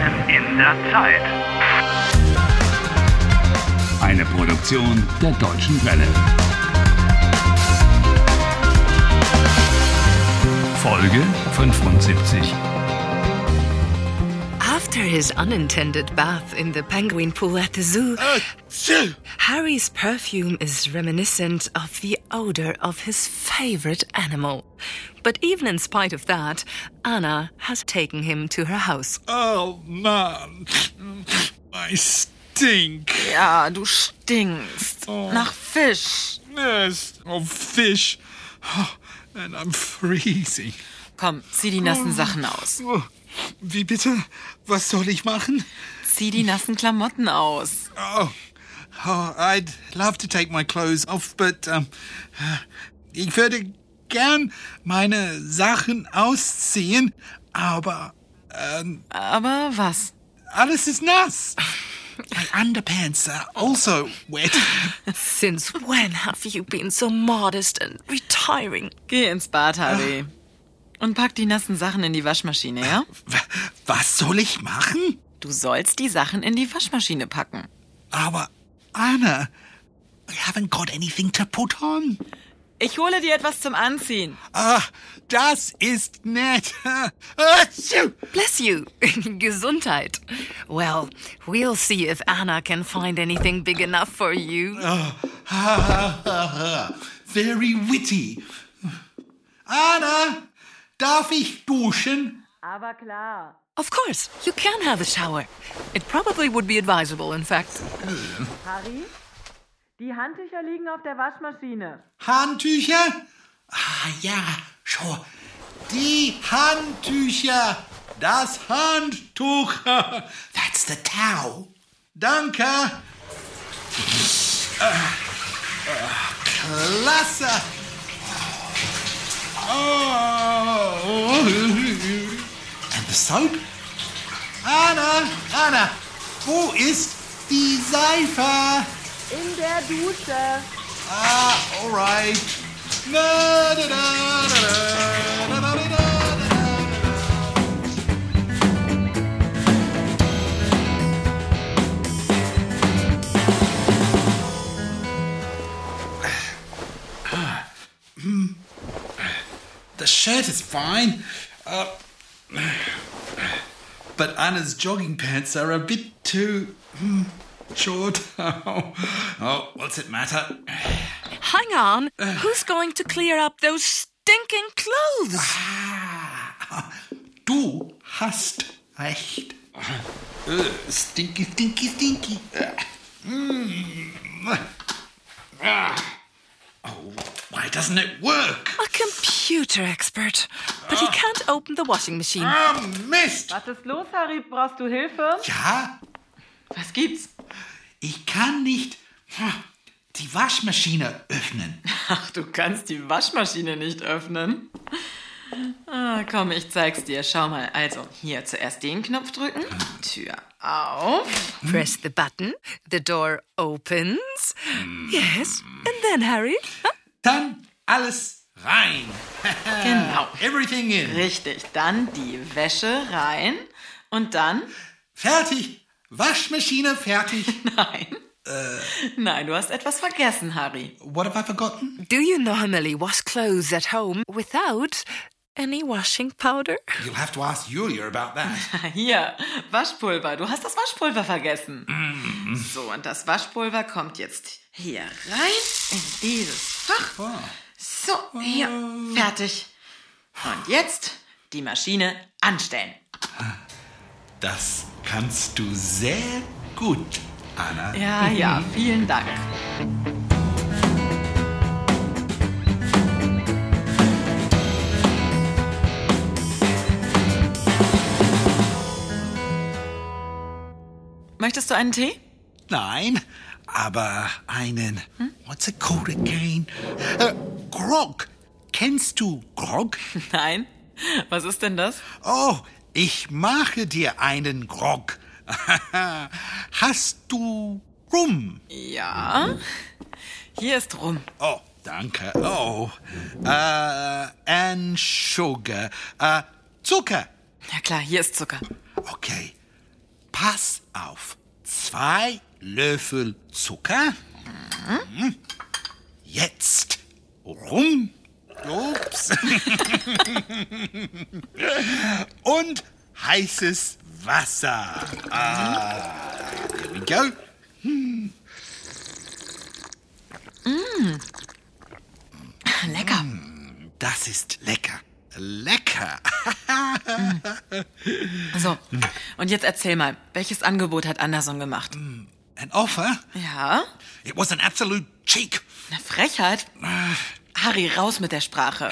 der Zeit. Eine Produktion der Deutschen Welle. Folge 75. After his unintended bath in the penguin pool at the zoo, Harry's perfume is reminiscent of the odor of his favorite animal. But even in spite of that, Anna has taken him to her house. Oh Mann, I stink. Ja, Ah, du stinkst. Nach Fisch. Yes, oh fish. Oh, and I'm freezing. Komm, zieh die nassen Sachen aus. Oh, Wie bitte? Was soll ich machen? Zieh die nassen Klamotten aus. Oh, oh I'd love to take my clothes off, but um, ich würde gern meine Sachen ausziehen, aber Aber was? alles ist nass. My underpants are also wet. Since when have you been so modest and retiring? Geh ins Bad, Harry. Und pack die nassen Sachen in die Waschmaschine, ja? W- Was soll ich machen? Du sollst die Sachen in die Waschmaschine packen. Aber Anna, I haven't got anything to put on. Ich hole dir etwas zum Anziehen. Ah, das ist nett. Ah, Atschu! Bless you. Gesundheit. Well, we'll see if Anna can find anything big enough for you. Ha, ha, ha, ha. Very witty. Anna, darf ich duschen? Aber klar. Of course, you can have a shower. It probably would be advisable, in fact. Harry? Die Handtücher liegen auf der Waschmaschine. Handtücher? Ah ja, schon. Die Handtücher. Das Handtuch. That's the towel. Danke. Ah, ah, Klasse. Oh. And the soap? Anna, Anna, wo ist die Seife? In der Dusche. Ah, all right. Na, da, da, da, da, da, da, da, da, da. Hmm. The shirt is fine, uh, but Anna's jogging pants are a bit too hmm, short. oh, what's it matter? Hang on. Who's going to clear up those stinking clothes? Ah, Du hast recht. Äh, Stinky, stinky, stinky. Äh, mm. Ah. Oh, why doesn't it work? A computer expert. But he can't open the washing machine. Ah, Mist! Was ist los, Harry? Brauchst du Hilfe? Ja, Was gibt's? ich kann nicht hm, die Waschmaschine öffnen. Ach, du kannst die Waschmaschine nicht öffnen. Ah, komm, ich zeig's dir. Schau mal. Also, hier zuerst den Knopf drücken. Tür auf. Press the button. The door opens. Yes. And then, Harry? Huh? Dann alles rein. Genau. Everything in. Richtig. Dann die Wäsche rein. Und dann. Fertig. Waschmaschine fertig. Nein. Nein, du hast etwas vergessen, Harry. What have I forgotten? Do you normally wash clothes at home without any washing powder? You'll have to ask Julia about that. Hier, Waschpulver. Du hast das Waschpulver vergessen. So, und das Waschpulver kommt jetzt hier rein in dieses Fach. So, hier, fertig. Und jetzt die Maschine anstellen. Das kannst du sehr gut, Anna. Ja, ja, vielen Dank. Möchtest du einen Tee? Nein, aber einen. What's it called again? Äh, Grog. Kennst du Grog? Nein. Was ist denn das? Oh, ich mache dir einen Grog. Hast du Rum? Ja. Hier ist rum. Oh, danke. Oh, äh, and sugar. Äh, Zucker. Ja klar, hier ist Zucker. Okay. Pass auf. Zwei Löffel Zucker. Mhm. Jetzt rum. Ups. Und heißes Wasser. Ah, there we go. Lecker. Mm. Das ist lecker. Lecker. So, und jetzt erzähl mal, welches Angebot hat Anderson gemacht? Mm. An offer? Ja? It was an absolute cheek. Eine Frechheit? Harry, raus mit der Sprache.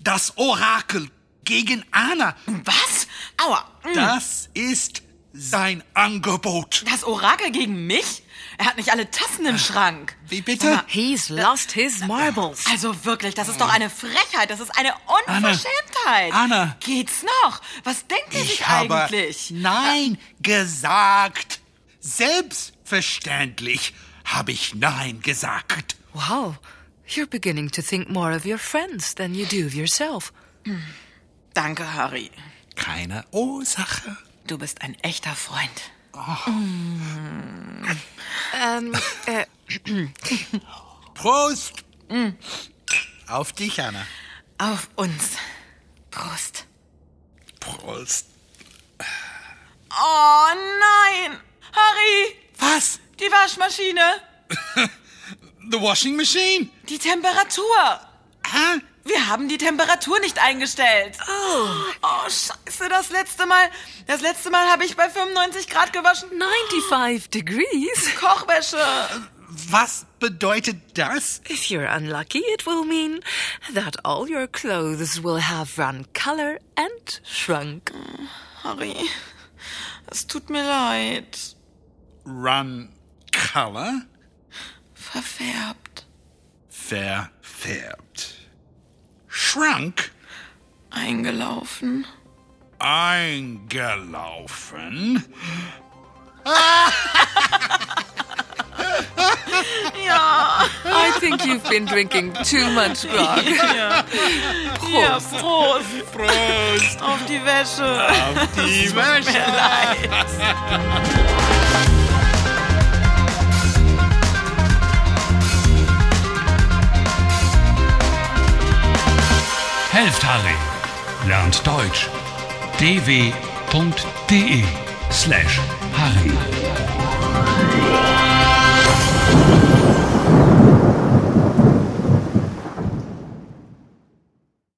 Das Orakel gegen Anna. Mhm. Was? Aua. Mm. Das ist sein Angebot. Das Orakel gegen mich? Er hat nicht alle Tassen im Schrank. Äh, Wie bitte? He's lost his marbles. Also wirklich, das ist doch eine Frechheit. Das ist eine Unverschämtheit. Anna. Geht's noch? Was denkt er sich Ich habe eigentlich? Nein gesagt. Selbstverständlich habe ich Nein gesagt. Wow, you're beginning to think more of your friends than you do of yourself. Danke, Harry. Keine Ursache. Du bist ein echter Freund. Prost. Auf dich, Anna. Auf uns. Prost. Prost. Oh nein! Harry! Was? Die Waschmaschine! The washing machine? Die Temperatur! Hä? Wir haben die Temperatur nicht eingestellt. Oh. scheiße, das letzte Mal, das letzte Mal habe ich bei 95 Grad gewaschen. 95 degrees? Kochwäsche. Was bedeutet das? If you're unlucky, it will mean that all your clothes will have run color and shrunk. Harry, es tut mir leid. Run color? Verfärbt. Verfärbt. Schrank? Eingelaufen. Eingelaufen? Ja, I think you've been drinking too much grog. ja, Prost. Prost. Prost. Auf die Wäsche. Die Wäsche. Helft Harry. Lernt Deutsch. e dw.de slash Harry.